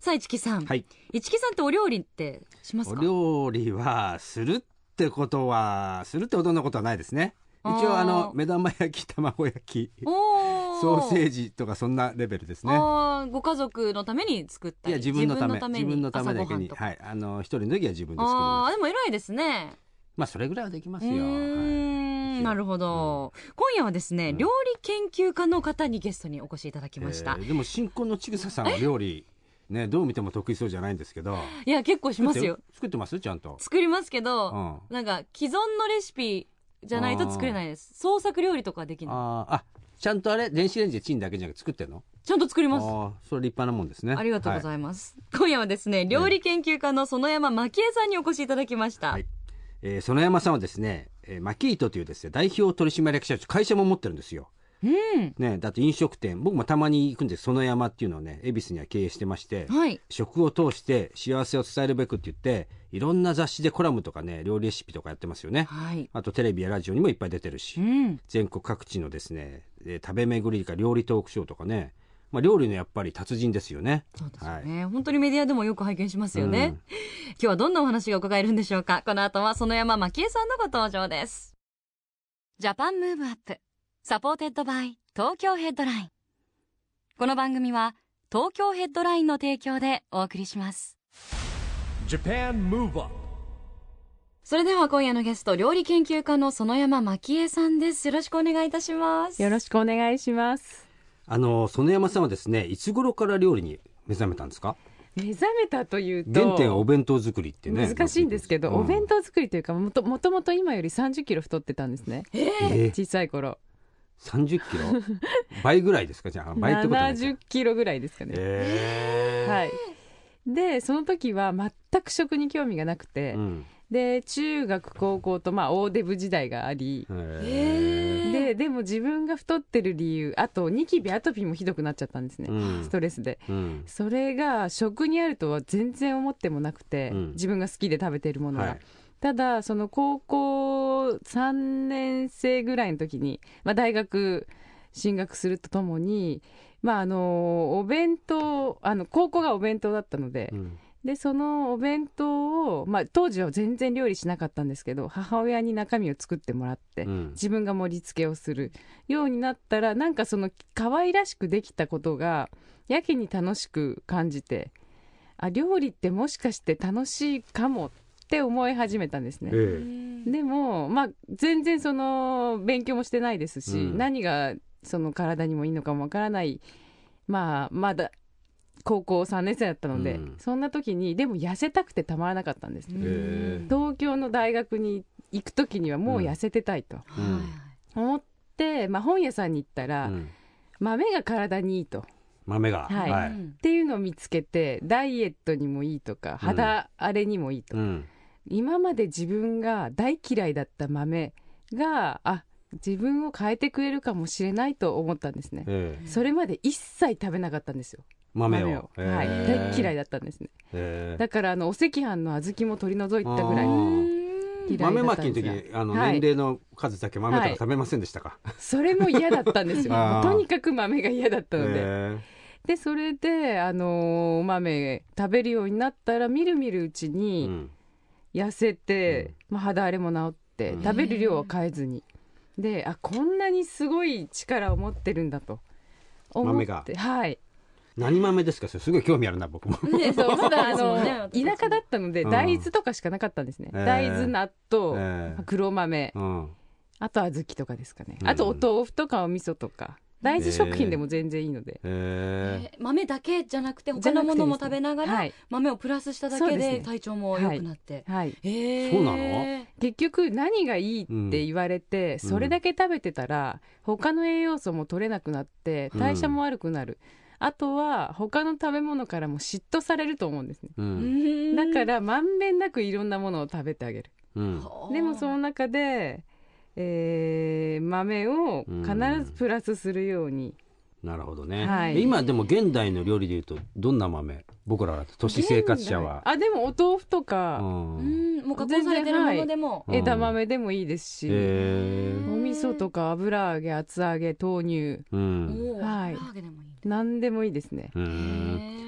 さあ、市木さん。はい。市木さんってお料理ってしますおか料理はするってことは、するってほどのことはないですね。一応あーあの、目玉焼き、卵焼き、おソーセージジとかそんなレベルですね。あーご家族のために作ったいり。や、自分のため。自自分分ののたためだめけに朝ごはに。んとか。はい。あの、一人の時は自分で作りあまあ、す。でも偉いですね。まあ、それぐらいはできまうすーよ。はいん、なるほど。今夜はですね、料理研究家の方にゲストにお越しいただきましたえ。ーでも新婚のちぐささんは料理ねどう見ても得意そうじゃないんですけどいや、結構しますよ。作ってますちゃんと作りますけど、うんなんか既存のレシピじゃないと作れないです創作料理とかできないあーあちゃんとあれ電子レンジでチンだけじゃなくて作ってんのちゃんと作りああますーそれ立派なもんですねありがとうごはざいます、今夜はですね料理研究家の園山蒔江さんにお越しいただきました、はいえー園山さんはですね、えーマキートというですね代表取締役社長会社も持ってるんですようんねだって飲食店僕もたまに行くんです園山っていうのをね恵比寿には経営してましてはい食を通して幸せを伝えるべくって言っていろんな雑誌でコラムとかね料理レシピとかやってますよねはいあとテレビやラジオにもいっぱい出てるしうん全国各地のですね、えー食べ巡りか料理トークショーとかね、まあ、料理のやっぱり達人ですよね。そうですはよいね、本当にメディアでもよく拝見しますよね、うん今日はどんなお話が伺えるんでしょうかこの後は園山蒔江さんのご登場ですジャパンムーブアップサポーテッドバイ東京ヘッドラインこの番組は東京ヘッドラインの提供でお送りします JAPAN MOVE UP それでは今夜のゲスト料理研究家の園山蒔江さんですよろしくお願いいたしますよろしくお願いします。あの、園山さんはですね、いつ頃から料理に目覚めたんですか目覚めたというと原点はお弁当作りってね。難しいんですけど、お弁当作りというかもともともと今より30キロ太ってたんですねえ当、えー、小さい頃30キ ロ倍ぐらいですかじゃあ、倍ってことはないです70か。キロぐらいですかね、えーはいでその時は全く食に興味がなくて、うんで中学高校とまあ大デブ時代がありええーででも自分が太ってる理由あとニキビアトピーもひどくなっちゃったんですね、うんストレスでうんそれが食にあるとは全然思ってもなくて、うん自分が好きで食べてるものが、はいただその高校3年生ぐらいの時に、まあ、大学進学するとともに、まあ、あのお弁当あの高校がお弁当だったので,、うんでそのお弁当を、まあ、当時は全然料理しなかったんですけど母親に中身を作ってもらって、うん自分が盛り付けをするようになったらなんかその可愛らしくできたことがやけに楽しく感じてあ料理ってもしかして楽しいかもって思い始めたんですね。ええでも、まあ、全然その勉強もしてないですし、うん何がその体にもいいのかもわからない、まあ、まだ高校3年生だったので、うんそんな時にでも痩せたくてたまらなかったんですね、えー東京の大学に行く時にはもう痩せてたいと、うん思って、まあ、本屋さんに行ったら、うん豆が体にいいとっ豆が。はいていうのを見つけてダイエットにもいいとか肌荒れにもいいと、うん今まで自分が大嫌いだった豆があ自分を変えてくれるかもしれないと思ったんですね、ええそれまで一切食べなかったんですよ豆を。はい、ええ大嫌いだったんですねええだからあのお赤飯の小豆も取り除いたぐらいあー嫌いだ豆っまたきんの時ですにあのはい年齢の数だけ豆とか食べませんでしたか、それも嫌だったんです よあーとにかく豆が嫌だったので、えでそれで、あのーお豆食べるようになったらみるみるうちえに痩せて、まあ、肌荒れも治って、うん食べる量は変えずにであこんなにすごい力を持ってるんだと思豆っがてはい何豆ですかそれすごい興味あるな僕 もねそうまだあ のそうですよね田舎だったのでうん大豆とかしかなかったんですね、えー大豆納豆、ええ黒豆うんあと小豆とかですかね、うんあとお豆腐とかお味噌とか大豆食品でも全然いいので、ええ豆だけじゃなくてじ他ゃなのくもてですねのも食べながらはい豆をプラスしただそうけですでね体調も良くなって、はい、へーそうなの結局何がいいって言われて、それだけ食べてたら他の栄養素も取れなくなって代謝も悪くなる、あとは他の食べ物からも嫉妬されると思うんですねううんんだからまんべんなくいろんなものを食べてあげるうんでもそのな中で、えー豆を必ずプラスするように、なるほどね、はいで今でも現代の料理でいうとどんな豆僕ら都市生活者は、あでもお豆腐とうか、んうんもう加工されてるものでもうん枝豆でもいいですし、えーお味噌とか油揚げ厚揚げ豆乳うんもうはい油揚げでもいい何でもいいですねうへん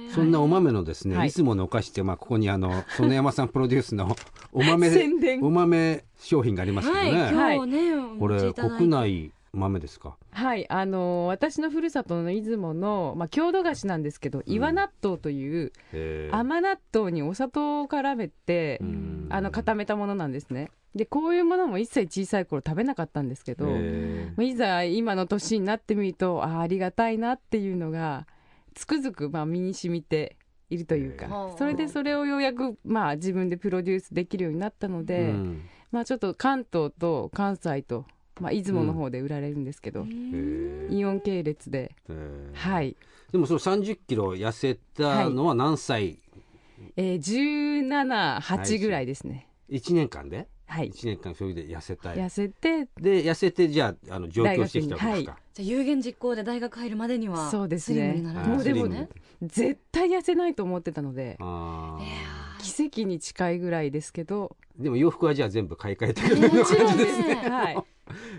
ーそんなお豆のですね、、はいいつものお菓子って、まあ、ここにあの、園山さんプロデュースのお 豆で、宣伝お豆商品がありますけどはいね。はい今日ねおこ持ちれ、いただいて国内豆ですか。はいあのー私のふるさとの出雲の、まあ、郷土菓子なんですけど岩納豆という、えー甘納豆にお砂糖を絡めて、うんあの固めたものなんですねでこういうものも一切小さい頃食べなかったんですけど、えまあいざ今の年になってみるとあーありがたいなっていうのがつくづくまあ身に染みているというか、うんそれでそれをようやくまあ自分でプロデュースできるようになったのーで、うんまあ、ちょっと関東と関西と、まあ、出雲の方で売られるんですけど、えーイオン系列で、えーはいでも、その三十キロ痩せたのは何歳、えー、178ぐらいですね。一年間で。はい一年間、それで痩せたい痩。せてで、痩せて、じゃあ、あの、上京してきたわけですか。じゃあ有言実行で大学入るまでにはそうですねスリムになられもうたでんもすねね。絶対痩せないと思ってたのであー奇跡に近いぐらいですけどでも洋服はじゃあ全部買い替えてくれもるのちかろんなですね。 はい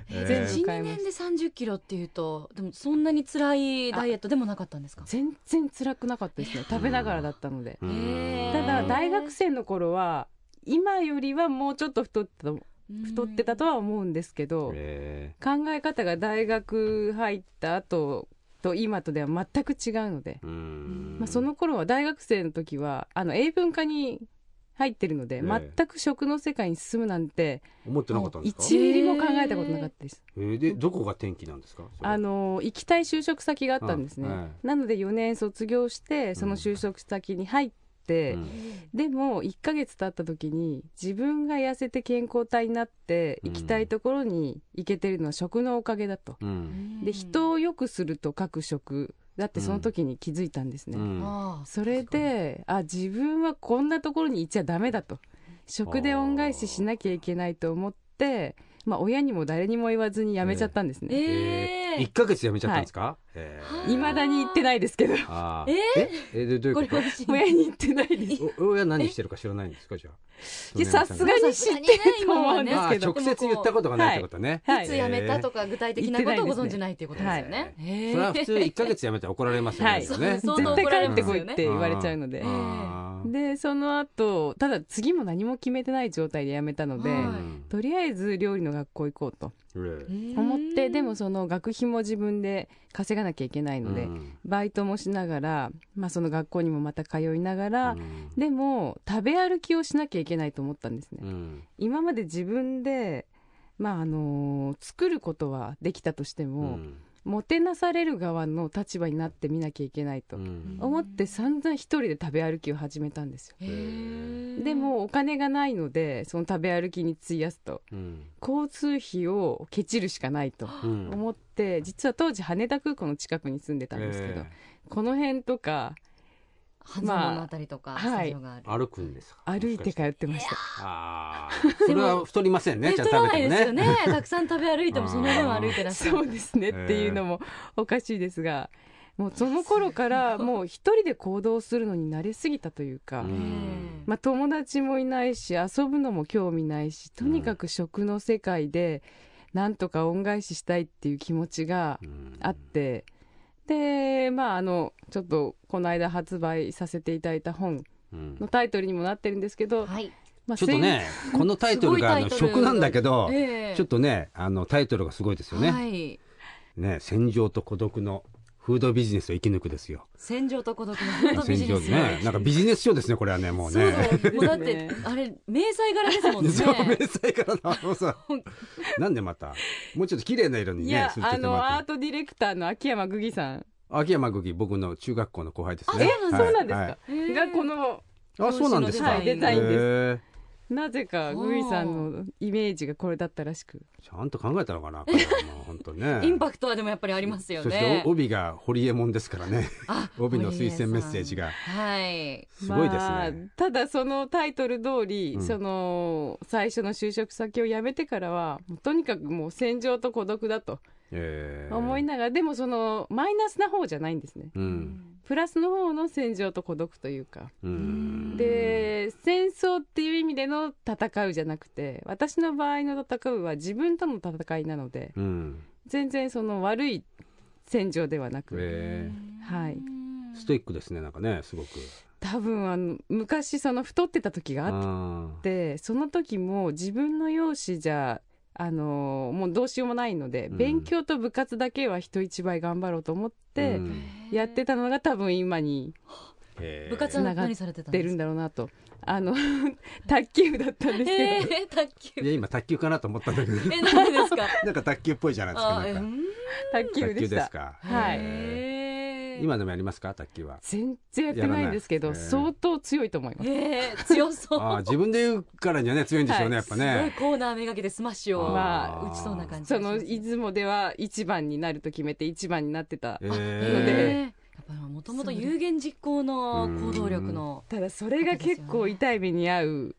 えー全身買い2まし年で30キロっていうとでもそんなに辛いダイエットでもなかったんですか全然辛くなかったですね食べながらだったのでうんへーただ大学生の頃は今よりはもうちょっと太ってた太ってたとは思うんですけどえー考え方が大学入った後と今とでは全く違うので、うんまあ、その頃は大学生の時はあの英文科に入ってるのえでえ全く食の世界に進むなんて思ってなかったんですか。 1ミリも考えたことなかったです。えーでどこが転機なんですか。それあの行きたい就職先があったんですね、うんえなので4年卒業してその就職先に入っうて、んでも1ヶ月経った時に自分が痩せて健康体になってうん行きたいところに行けてるのは食のおかげだと、うんで人を良くすると書く食だってその時に気づいたんですね、うんああそれであ自分はこんなところに行っちゃダメだと食で恩返ししなきゃいけないと思ってまあ親にも誰にも言わずに辞めちゃったんですね、ええー一えヶ月やめちゃったんですか。えーいまだに行ってないですけどあえええーでどうこいれうこと。美味しい親に行ってないですお親何してるか知らないんですかじゃあ。いやさすがに知ってると思うんであすあけど直接言ったことがないってことね。はいいつ辞めたとか具体的なことをご存じないっていうことですよね。へえそれは普通一ヶ月やめたら怒られますよね。はいそれねそう絶怒られ対帰っますてよこねいって言われちゃうのでえ。ーあーで、その後、ただ次も何も決めてない状態で辞めたので、うはんとりあえず料理の学校行こうとうん思って、でもその学費も自分で稼がなきゃいけないので、うんバイトもしながら、まあその学校にもまた通いながら、うんでも食べ歩きをしなきゃいけないと思ったんですね。うん今まで自分で、まああの作ることはできたとしてうも、んもてなされる側の立場になってみなきゃいけないとうん思って散々一人で食べ歩きを始めたんですよ。へえでもお金がないのでその食べ歩きに費やすとうん交通費をケチるしかないとうん思って実は当時羽田空港の近くに住んでたんですけど、えこの辺とか半沢のあたりとかまあスタジオがあーる。歩くんですか。歩いてか通ってましたああ、それは太りませ んね。ねちゃん取とら食べないてもですよね。ね。たくさん食べ歩いてもその分歩いてらっしゃそる。うですねっええていうのもおかしいですが、もうその頃からもう一人で行動するのに慣れすぎたというか、うへんえまあ、友達もいないし遊ぶのも興味ないしとにかく食の世界でなんとか恩返ししたいっていう気持ちがうんあって、でまああのちょっとこの間発売させていただいた本うんのタイトルにもなってるんですけど、はい。まあ、ちょっとね、このタイトルがあのすごいタイト食ルなんだけど、ええちょっとね、あのタイトルがすごいですよはね。い。ね、戦場と孤独のフードビジネスを生き抜くですよ。戦場と孤独のフードビ戦ジ場ネでス。ね、なんかビジネス書ですね、これはね、もうそう ね。そう。もうだってあれ迷彩柄ですもんね。 そう、明細からの、そうなんでまた、もうちょっと綺麗な色にいねや、するっあてものらっアーてトディレクターの秋山ぐぎさん、秋山ぐき、僕の中学校の後輩ですね。そうなんですか、はいがこのはいあ、そうなんですか。はいデザインですへーなぜかグイさんのイメージがこれだったらしくちゃんと考えたのかな彼はもう本当ねインパクトはでもやっぱりありますよそしてねお。帯が堀江門ですからねあ帯の推薦メッセージがはい。すごいですね、まあただそのタイトル通り、うんその最初の就職先を辞めてからはもうとにかくもう戦場と孤独だとえー思いながら、でもそのマイナスな方じゃないんですねうんプラスの方の戦場と孤独というかうんで戦争っていう意味での戦うじゃなくて私の場合の戦うは自分との戦いなのでうん全然その悪い戦場ではなく、えはいーストイックですねなんかねすごく多分あの昔その太ってた時があっあっ、てその時も自分の容姿じゃあのもうどうしようもないので、うん勉強と部活だけは人一倍頑張ろうと思っうてんやってたのが多分今にへー部活は何されてたん出でるすんか。だろうなとあの 卓球部だったんですけど、えー、卓い球。や今卓球かなと思ったんだけどえ、何ですか。 なんか卓球っぽいじゃないですかあ、なえんかー、卓球部卓で球しですたかはいへえーー、今でもやりますか卓球は全然やってないんですけど、やらない相当強いと思います、えー、強そう。あー自分で言うからにはね強いんでしょうね、はいやっぱすごいねコーナーめがけてスマッシュをまあ打ちそうな感じそがしまのす。出雲では一番になると決めて一番になってた、へでーえーやっぱりもともと有言実行の行動力の。ただそれが結構痛い目に遭う、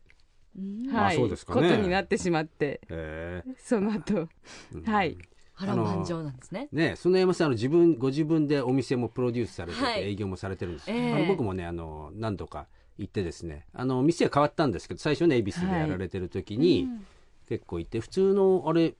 うんまあはいそうですかこねとになってしまってへー その後うんはい波乱万丈なんですね。ねその山さんあの自分ご自分でお店もプロデュースされてて、はい営業もされてるんですよ、ええあの僕もねあの何度か行ってですねあの店は変わったんですけど最初ね恵比寿でやられてる時に、結構行って普通のあれ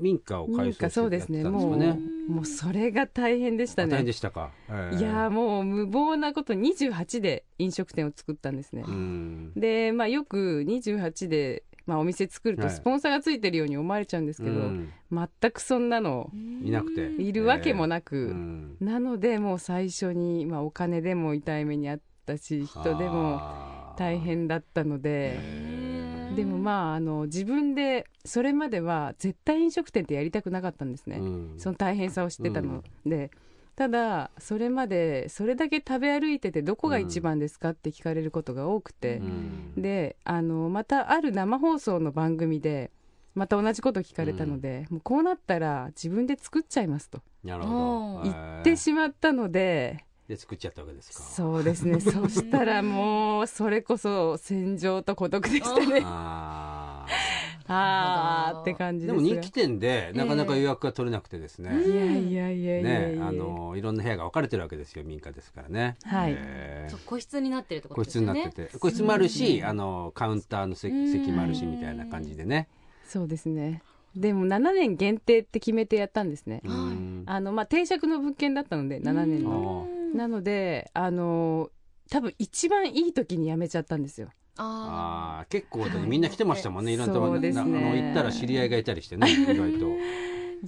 民家をなん改装かしてそやうってでたすんでねすかもうねもうそれが大変でした大変ねでしたか、ええいやーもう無謀なこと28で飲食店を作ったんですねうんで、まあ、よく28で、まあ、お店作るはといスポンサーがついてるように思われちゃうんですけど、うん全くそんなのいなくているわけもなうく、んなのでもう最初に、まあ、お金でも痛い目にあったし人でもあー大変だったので。でもまああの自分でそれまでは絶対飲食店ってやりたくなかったんですね、うんその大変さを知ってたので、ただそれまでそれだけ食べ歩いててどこが一番ですかって聞かれることが多くてう、んであのまたある生放送の番組でまた同じこと聞かれたので、もうこうなったら自分で作っちゃいますとなるほどおえ言えってしまったので、で作っちゃったわけですかそうです ねそしたらもうそれこそ戦場と孤独でしたねあー あーって感じでですもが人気店でなかなか予約が取れなくてですね、いやいやいやいやいねや、あのいろんな部屋が分かれてるわけですよ民家ですからね、はいえーそう個室になってるってこ個とです室によなっね。てて、個室もあるしあのカウンターの席席もあるしみたいな感じでねそうですねでも7年限定って決めてやったんですね、ううんんあのまあ定着の物件だったので7年あの、ーなのであの多分一番いい時に辞めちゃったんですよああー結構だってみんな来てましたもんねいろんなとこそうですなあねの行ったら知り合いがいたりして ね意外とい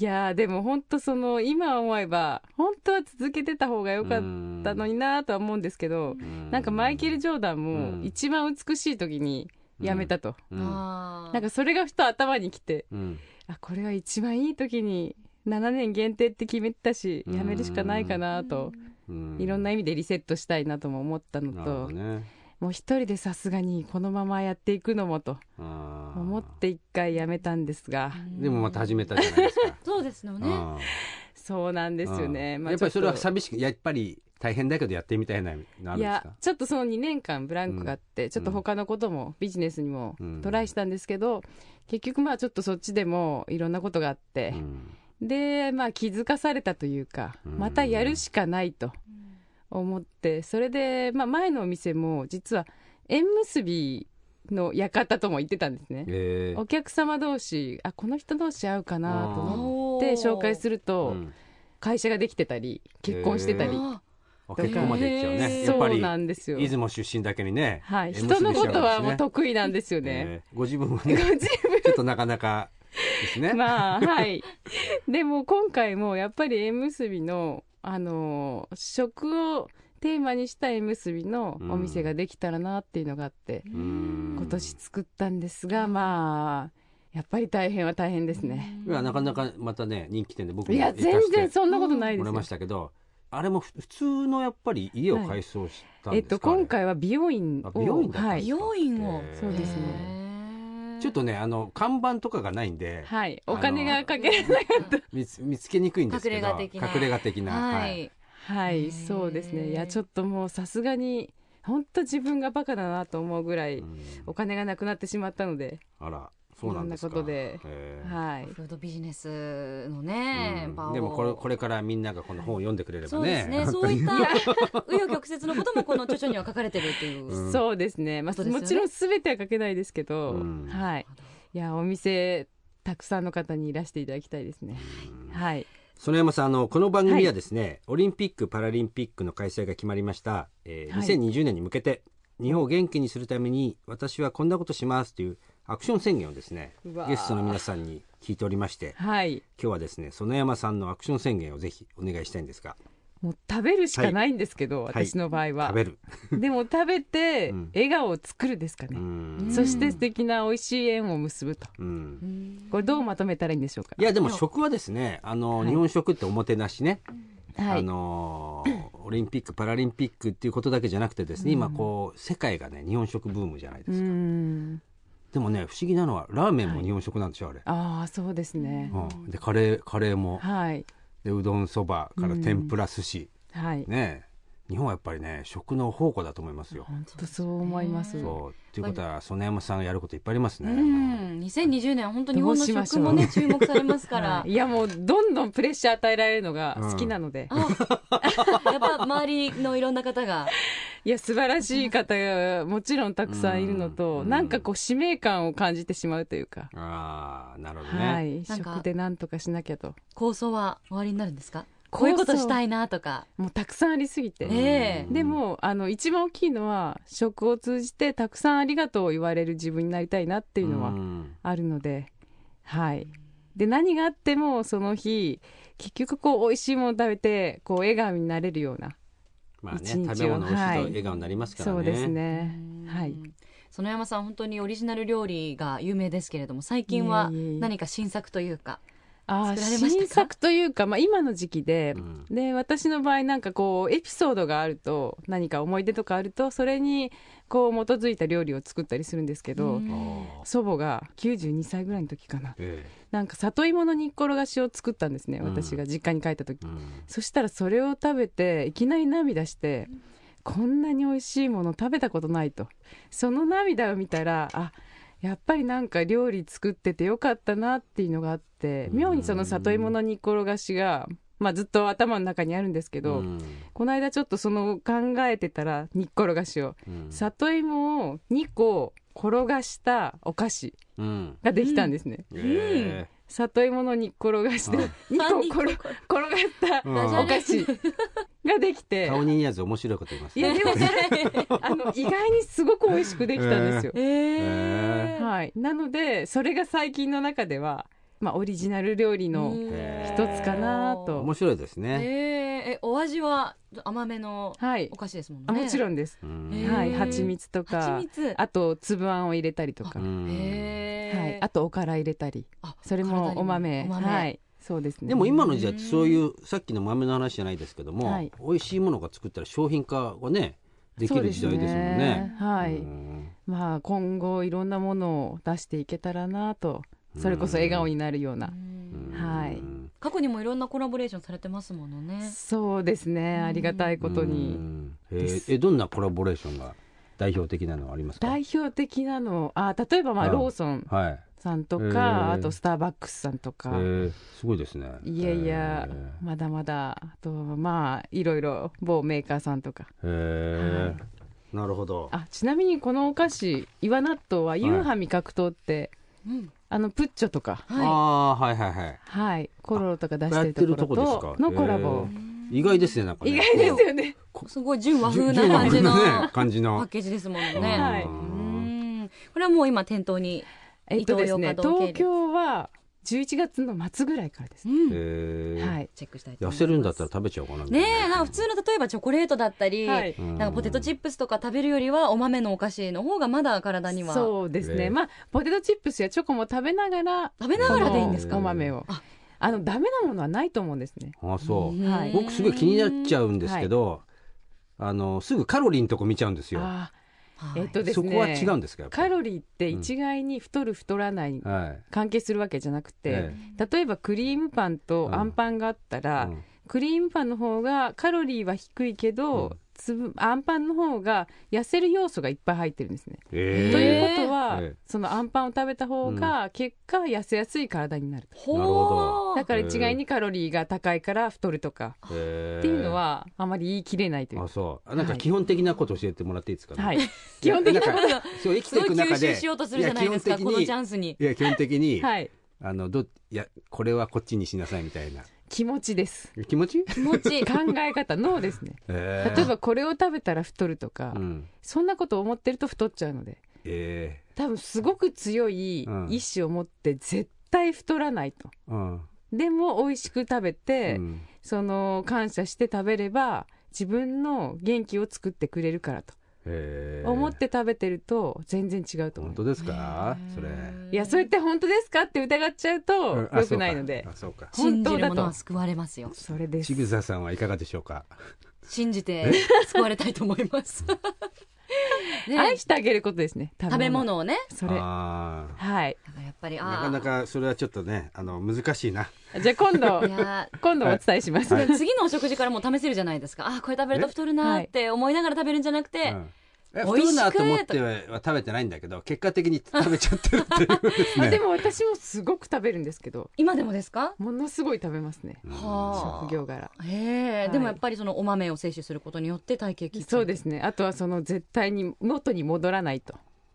やーでも本当その今思えば本当は続けてた方が良かっうんたのになーとは思うんですけど、なんかマイケル・ジョーダうンんも一番美しい時に辞めたと、うーんあー。なんかそれがふと頭にきてうんあこれは一番いい時に7年限定って決めてたしうんやめるしかないかなとうんいろんな意味でリセットしたいなとも思ったのなるほどと、ねもう一人でさすがにこのままやっていくのもとあー思って一回やめたんですがでもまた始めたじゃないで すかそうですよね。うんそうなんですよね、うんまあやっぱりそれはちょっ寂しくやっぱり大変だけどやってみたいなのあとるいんですやかちょっとその2年間ブランクがあって、ちょっと他のこともビジネスにもうんトライしたんですけど、結局まあちょっとそっちでもいろんなことがあって、うんで、まあ、気づかされたというか、うんまたやるしかないと思って、それで、まあ、前のお店も実は縁結びの館とも言ってたんですね。えーお客様同士あこの人同士会うかなと思おっーて紹介すると、うん会社ができてたり結婚してたり、ああ結婚までいっちゃうねへーやっぱそうりなんですよ、出雲出身だけにねはい、縁結び人のことはしちもうゃんですね得意なんですよね、えーご自分はねちょっとなかなかですね まあはいでも今回もやっぱり縁結びのあのー食をテーマにした縁結びのお店ができたらなっていうのがあって、うん今年作ったんですがまあやっぱり大変は大変ですね、いやなかなかまたね人気店で僕もい行やかせて全然そんなことないでもすらいよましたけどあれも普通のやっぱり家を改装したんえでっすとかあれ今回は美容院あを美容院だったんはで美すい、か容院へをーそうですねへちょっとねあの看板とかがないんではいあのお金がかけれない見つ見つけにくいんですけど隠れ家的な隠れ家的なははいい、はいそうですねいやちょっともうさすがに本当自分がバカだなと思うぐらいうんお金がなくなってしまったのであらそうなんですかいろんなことでえーはいフードビジネスのね、うん場をでもこれこれからみんながこの本を読んでくれればそうでね すねそういった紆余曲折のこともこの著書には書かれてるっていう、うんそうですね、まそあ、うですよねもちろん全てはかけないですけど、うんはい、いやお店たくさんの方にいらしていただきたいですね。はい、園山さんあのこの番組はですね、オリンピック・パラリンピックの開催が決まりました、えーはい2020年に向けて日本を元気にするために私はこんなことしますというアクション宣言をですねうわーゲストの皆さんに聞いておりましてはい、今日はですね園山さんのアクション宣言をぜひお願いしたいんですがもう食べるしかないんですけど、はい私の場合は食、べるでも食べてうん笑顔を作るですかね、んそして素敵な美味しい縁を結ぶとうんこれどうまとめたらいいんでしょうかいやでも食はですねあの、はい日本食っておもてなしね、はあい、のーオリンピック・パラリンピックっていうことだけじゃなくてですね、今こう世界がね日本食ブームじゃないでうすか、んでもね不思議なのはラーメンも日本食なんでしょ、あああそうですねれ、、うん、でカレーカレーもはいでうどんそばから天ぷら寿司、はい、ね日本はやっぱりね食の宝庫だと思いますよ、本当そう思います。そうということは園山さんがやることいっぱいありますうね、ん2020年は本当日本どうしのまし食ょうもね注目されますから、はいいやもうどんどんプレッシャー与えられるのが好きなので、やっぱ周りのいろんな方がいや素晴らしい方がもちろんたくさんいるのと、うんなんかこう使命感を感じてしまうというか、ああなるほどね、はいなんか食でなんとかしなきゃと構想は終わりになるんですかこういうことしたいなとかもうたくさんありすぎて、ねえうんでもあの一番大きいのは食を通じてたくさんありがとうを言われる自分になりたいなっていうのはんあるので、はいで何があってもその日結局こう美味しいもの食べてこう笑顔になれるようなまあね一日を食べ物を美味しいはいと笑顔になりますからね、そうですねはい園山さん本当にオリジナル料理が有名ですけれども最近はいえいえいえ何か新作というかあー作られましたか新作というか、まあ、今の時期で、うんで私の場合なんかこうエピソードがあると何か思い出とかあるとそれにこう基づいた料理を作ったりするんですけど、うんあー祖母が92歳ぐらいの時かなえなんか里芋の煮っころがしを作ったんですね私が実家に帰った時、えうんそしたらそれを食べていきなり涙して、こんなに美味しいもの食べたことないとその涙を見たらあやっぱりなんか料理作っててよかったなっていうのがあってうん妙にその里芋の煮っころがしが、まあ、ずっと頭の中にあるんですけど、うんこの間ちょっとその考えてたら煮っころがしをうん里芋を2個転がしたお菓子うんができたんですね。え里芋の煮っころがしで あ2個転がったうんお菓子ができえて顔に似合わず面白いこと言いますいやでもそ れあの意外にすごく美味しくできたんですよ。 ええーはい、なのでそれが最近の中では、まあ、オリジナル料理の一つかなと面白いですえーね、えお味は甘めのはいお菓子ですもんねあもちろんんです、うんへえはい、蜂蜜とか蜂蜜あと粒あんを入れたりとか、うんへーはい、あとおから入れたりあそれ体にもお豆お豆、はい、そうですねでも今の時代ってそういうさっきの豆の話じゃないですけども、はい美味しいものが作ったら商品化がねできそうる時代ですもんね。はい、うんまあ、今後いろんなものを出していけたらなとそれこそ笑顔になるようなう、んはいうん過去にもいろんなコラボレーションされてますものねそうですねありがたいことうにんえーえどんなコラボレーションが代表的なのはありますか代表的なのあ例えばまあうんローソンはい、さんとへかーあとスターバックスさんとえかー、すごいですねいやいやえーまだまだあとまあいろいろ某メーカーさんとかへえ、なるほど。あちなみにこのお菓子岩納豆は夕飯味覚糖ってうんあのプッチョとかはいああー、はいはいはい。はいコロロとか出してるとこやってるろとことですかのコラボへー意外ですね、なんか、ね。意外ですよねすごい純和風な感じの純和風なねパ感じッの。ケージですものね、はいうんこれはもう今店頭にえっとですねイトーヨーカドー系東京は11月の末ぐらいからですへーはいチェックしたいと痩思いますせるんだったら食べちゃおうかな。ねえなんか普通の例えばチョコレートだったり、はいうんなんかポテトチップスとか食べるよりはお豆のお菓子の方がまだ体にはそうですね、ええまあポテトチップスやチョコも食べながら食べながらでいいんですかそのお豆をああのダメなものはないと思うんですねあ、そうう。んはい僕すごい気になっちゃうんですけど、あの、すぐカロリーのとこ見ちゃうんですよ。あえっとですそねこは違うんですかやっぱカりロリーって一概に太る太らないはい関係するわけじゃなくて、え例えばクリームパンとあんパンがあったら、うんクリームパンの方がカロリーは低いけど、うんつぶあんパンの方が痩せる要素がいっぱい入ってるんですね。えーということは、ええそのあんパンを食べた方が結果痩せやすい体になると、ほなるほだから一概にカロリーが高いから太るとか、っっていうのはあまり言い切れないというあか、そうあなんかはい基本的なこと教えてもらっていいですかね、はいい、基本的やななんかそう生きすていごいく吸中収でしようとするじゃないですかや基こ本の的にチャンスにいや基本的 に、はい、あのどいやこれはこっちにしなさいみたいな気持ちです気持ち、気持 ちいい考え方脳ですねえー 例えばこれを食べたら太るとか、うんそんなこと思ってると太っちゃうのでえ多分すごく強いうん意志を持って絶対太らないと、ーうんでも美味しく食べて、うんその感謝して食べれば自分の元気を作ってくれるからとえー思って食べてると全然違うと思本う当ですかそれいやそれって本当ですかって疑っちゃうとあ良くないのでそうかあそうか信じる本者当はだと救われますよそれですちぐささんはいかがでしょうか信じて救われたいと思います ね愛してあげることですね食べ物をねそれあーはいだからやっぱりあーなかなかそれはちょっとねあの難しいなじゃあ今い度や今度お伝えします、はいー次のお食事からもう試せるじゃないですかあーこれ食べると太るなーって思いながら食べるんじゃなくて、うんえ美太味しるくなと思っては食べてないんだけど結果的に食べちゃってるっていう ですまあ、でねも私もすごく食べるんですけど今でもですか、ものすごい食べますねはあ職業柄へえ、はいでもやっぱりそのお豆を摂取することによって体型きそうですねあとはその絶対に元に戻らないと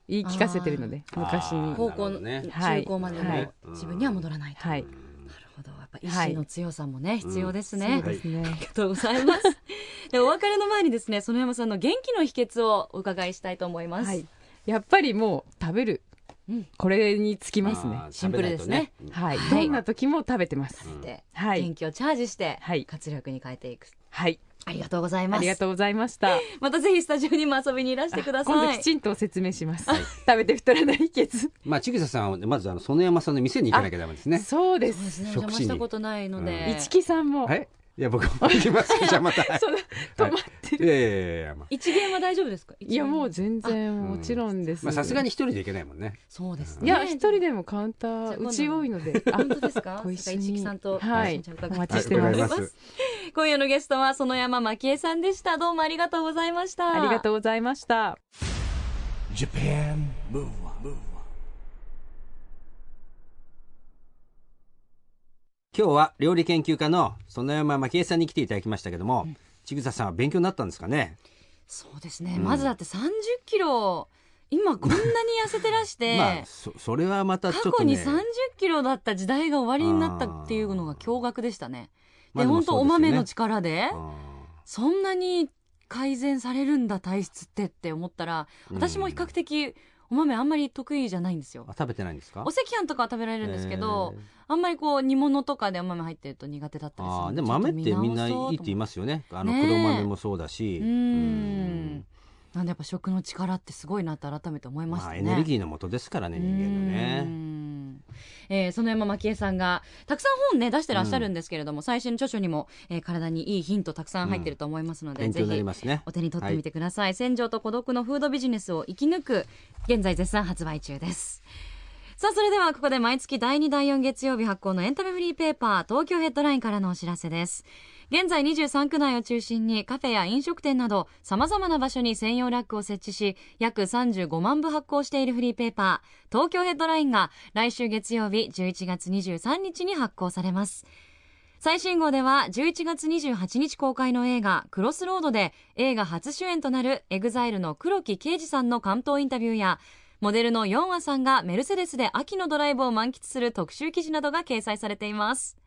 言い聞かせてるのであー昔にあー高なる校、ほどね中高まではのい自分には戻らないと、はいなるほどやっぱ意志の強さもね、必要ですね、そうですね、ありがとうござい ますでお別れの前にですね園山さんの元気の秘訣をお伺いしたいと思います、はい、やっぱりもう食べる、うんこれにつきますねあーシンプルですね食べないとはい、はいどんな時も食べてます、ではい元気をチャージしてはい活力に変えていく、はいありがとうございまあすりがとうございま したまたぜひスタジオにも遊びにいらしてください今度きちんと説明します、食べて太らない秘訣まあちぐささんはまずあの園山さんの店に行かなきゃダメですねそうでそうですすねお食邪魔事にしたことないので、一木さんも、はいいや僕も行きますじゃあまた はいその止まってる、いやいやいやいやまあ一元は大丈夫ですかい、やもう一元全然もちろんですまあさすがにに一人で行けないもんねそうですねいや一人でもカウンタじゃあ今ー度うち多いのであ本当です かご一緒に一木さんとはい一緒に伺ってお待ちしてますはい伺います今夜のゲストは園山真恵さんでしたどうもありがとうございましたありがとうございました Japan Move Up 今日は料理研究家の園山真紀恵さんに来ていただきましたけども、ちぐささんは勉強になったんですかね、そうですね、まずだって3 0キロ今こんなに痩せてらし て、まあそそれはまたちょっ過と、ね、去に3 0キロだった時代が終わりになったっていうのが驚愕でしたね。まあででも本当そうおですよね豆の力でうんそんなに改善されるんだ体質ってって思ったらうん私も比較的お豆あんまり得意じゃないんですよあ。食べてないんですかお赤飯とかは食べられるんですけど、えーあんまりこう煮物とかでお豆入ってると苦手だったりするあーのででも豆っちてょとみ見んな直いそういって言いますよねあのねえ黒豆もそうだしうーんなんでやっぱ食の力ってすごいなって改めて思いましたまあ、ね。エネルギーのもとですからね人間のうーねんえー、園山真紀恵さんがたくさん本ね出してらっしゃるんですけれども、最新著書にも、えー体にいいヒントたくさん入ってると思いますので、勉強ぜになりひますねお手に取ってみてください、戦場と孤独のフードビジネスを生き抜く現在絶賛発売中ですさあそれではここで毎月第2第4月曜日発行のエンタメフリーペーパー東京ヘッドラインからのお知らせです現在23区内を中心にカフェや飲食店など様々な場所に専用ラックを設置し約35万部発行しているフリーペーパー東京ヘッドラインが来週月曜日11月23日に発行されます最新号では11月28日公開の映画「クロスロード」で映画初主演となるエグザイルの黒木啓司さんの関東インタビューやモデルのヨンアさんがメルセデスで秋のドライブを満喫する特集記事などが掲載されています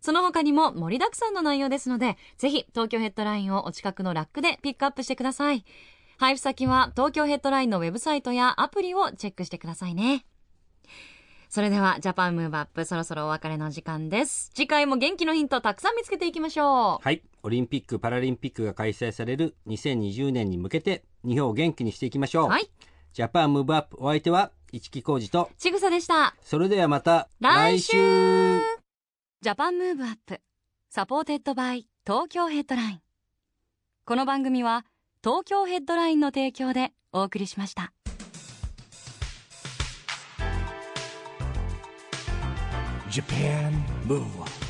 その他にも盛りだくさんの内容ですのでぜひ東京ヘッドラインをお近くのラックでピックアップしてください配布先は東京ヘッドラインのウェブサイトやアプリをチェックしてくださいねそれではジャパンムーブアップそろそろお別れの時間です次回も元気のヒントたくさん見つけていきましょうはいオリンピック・パラリンピックが開催される2020年に向けて日本を元気にしていきましょう、はいジャパンムーブアップお相手は市木浩二とちぐさでしたそれではまた来週来週ジャパンムーブアップサポーテッドバイ東京ヘッドラインこの番組は東京ヘッドラインの提供でお送りしました「 Japan Move Up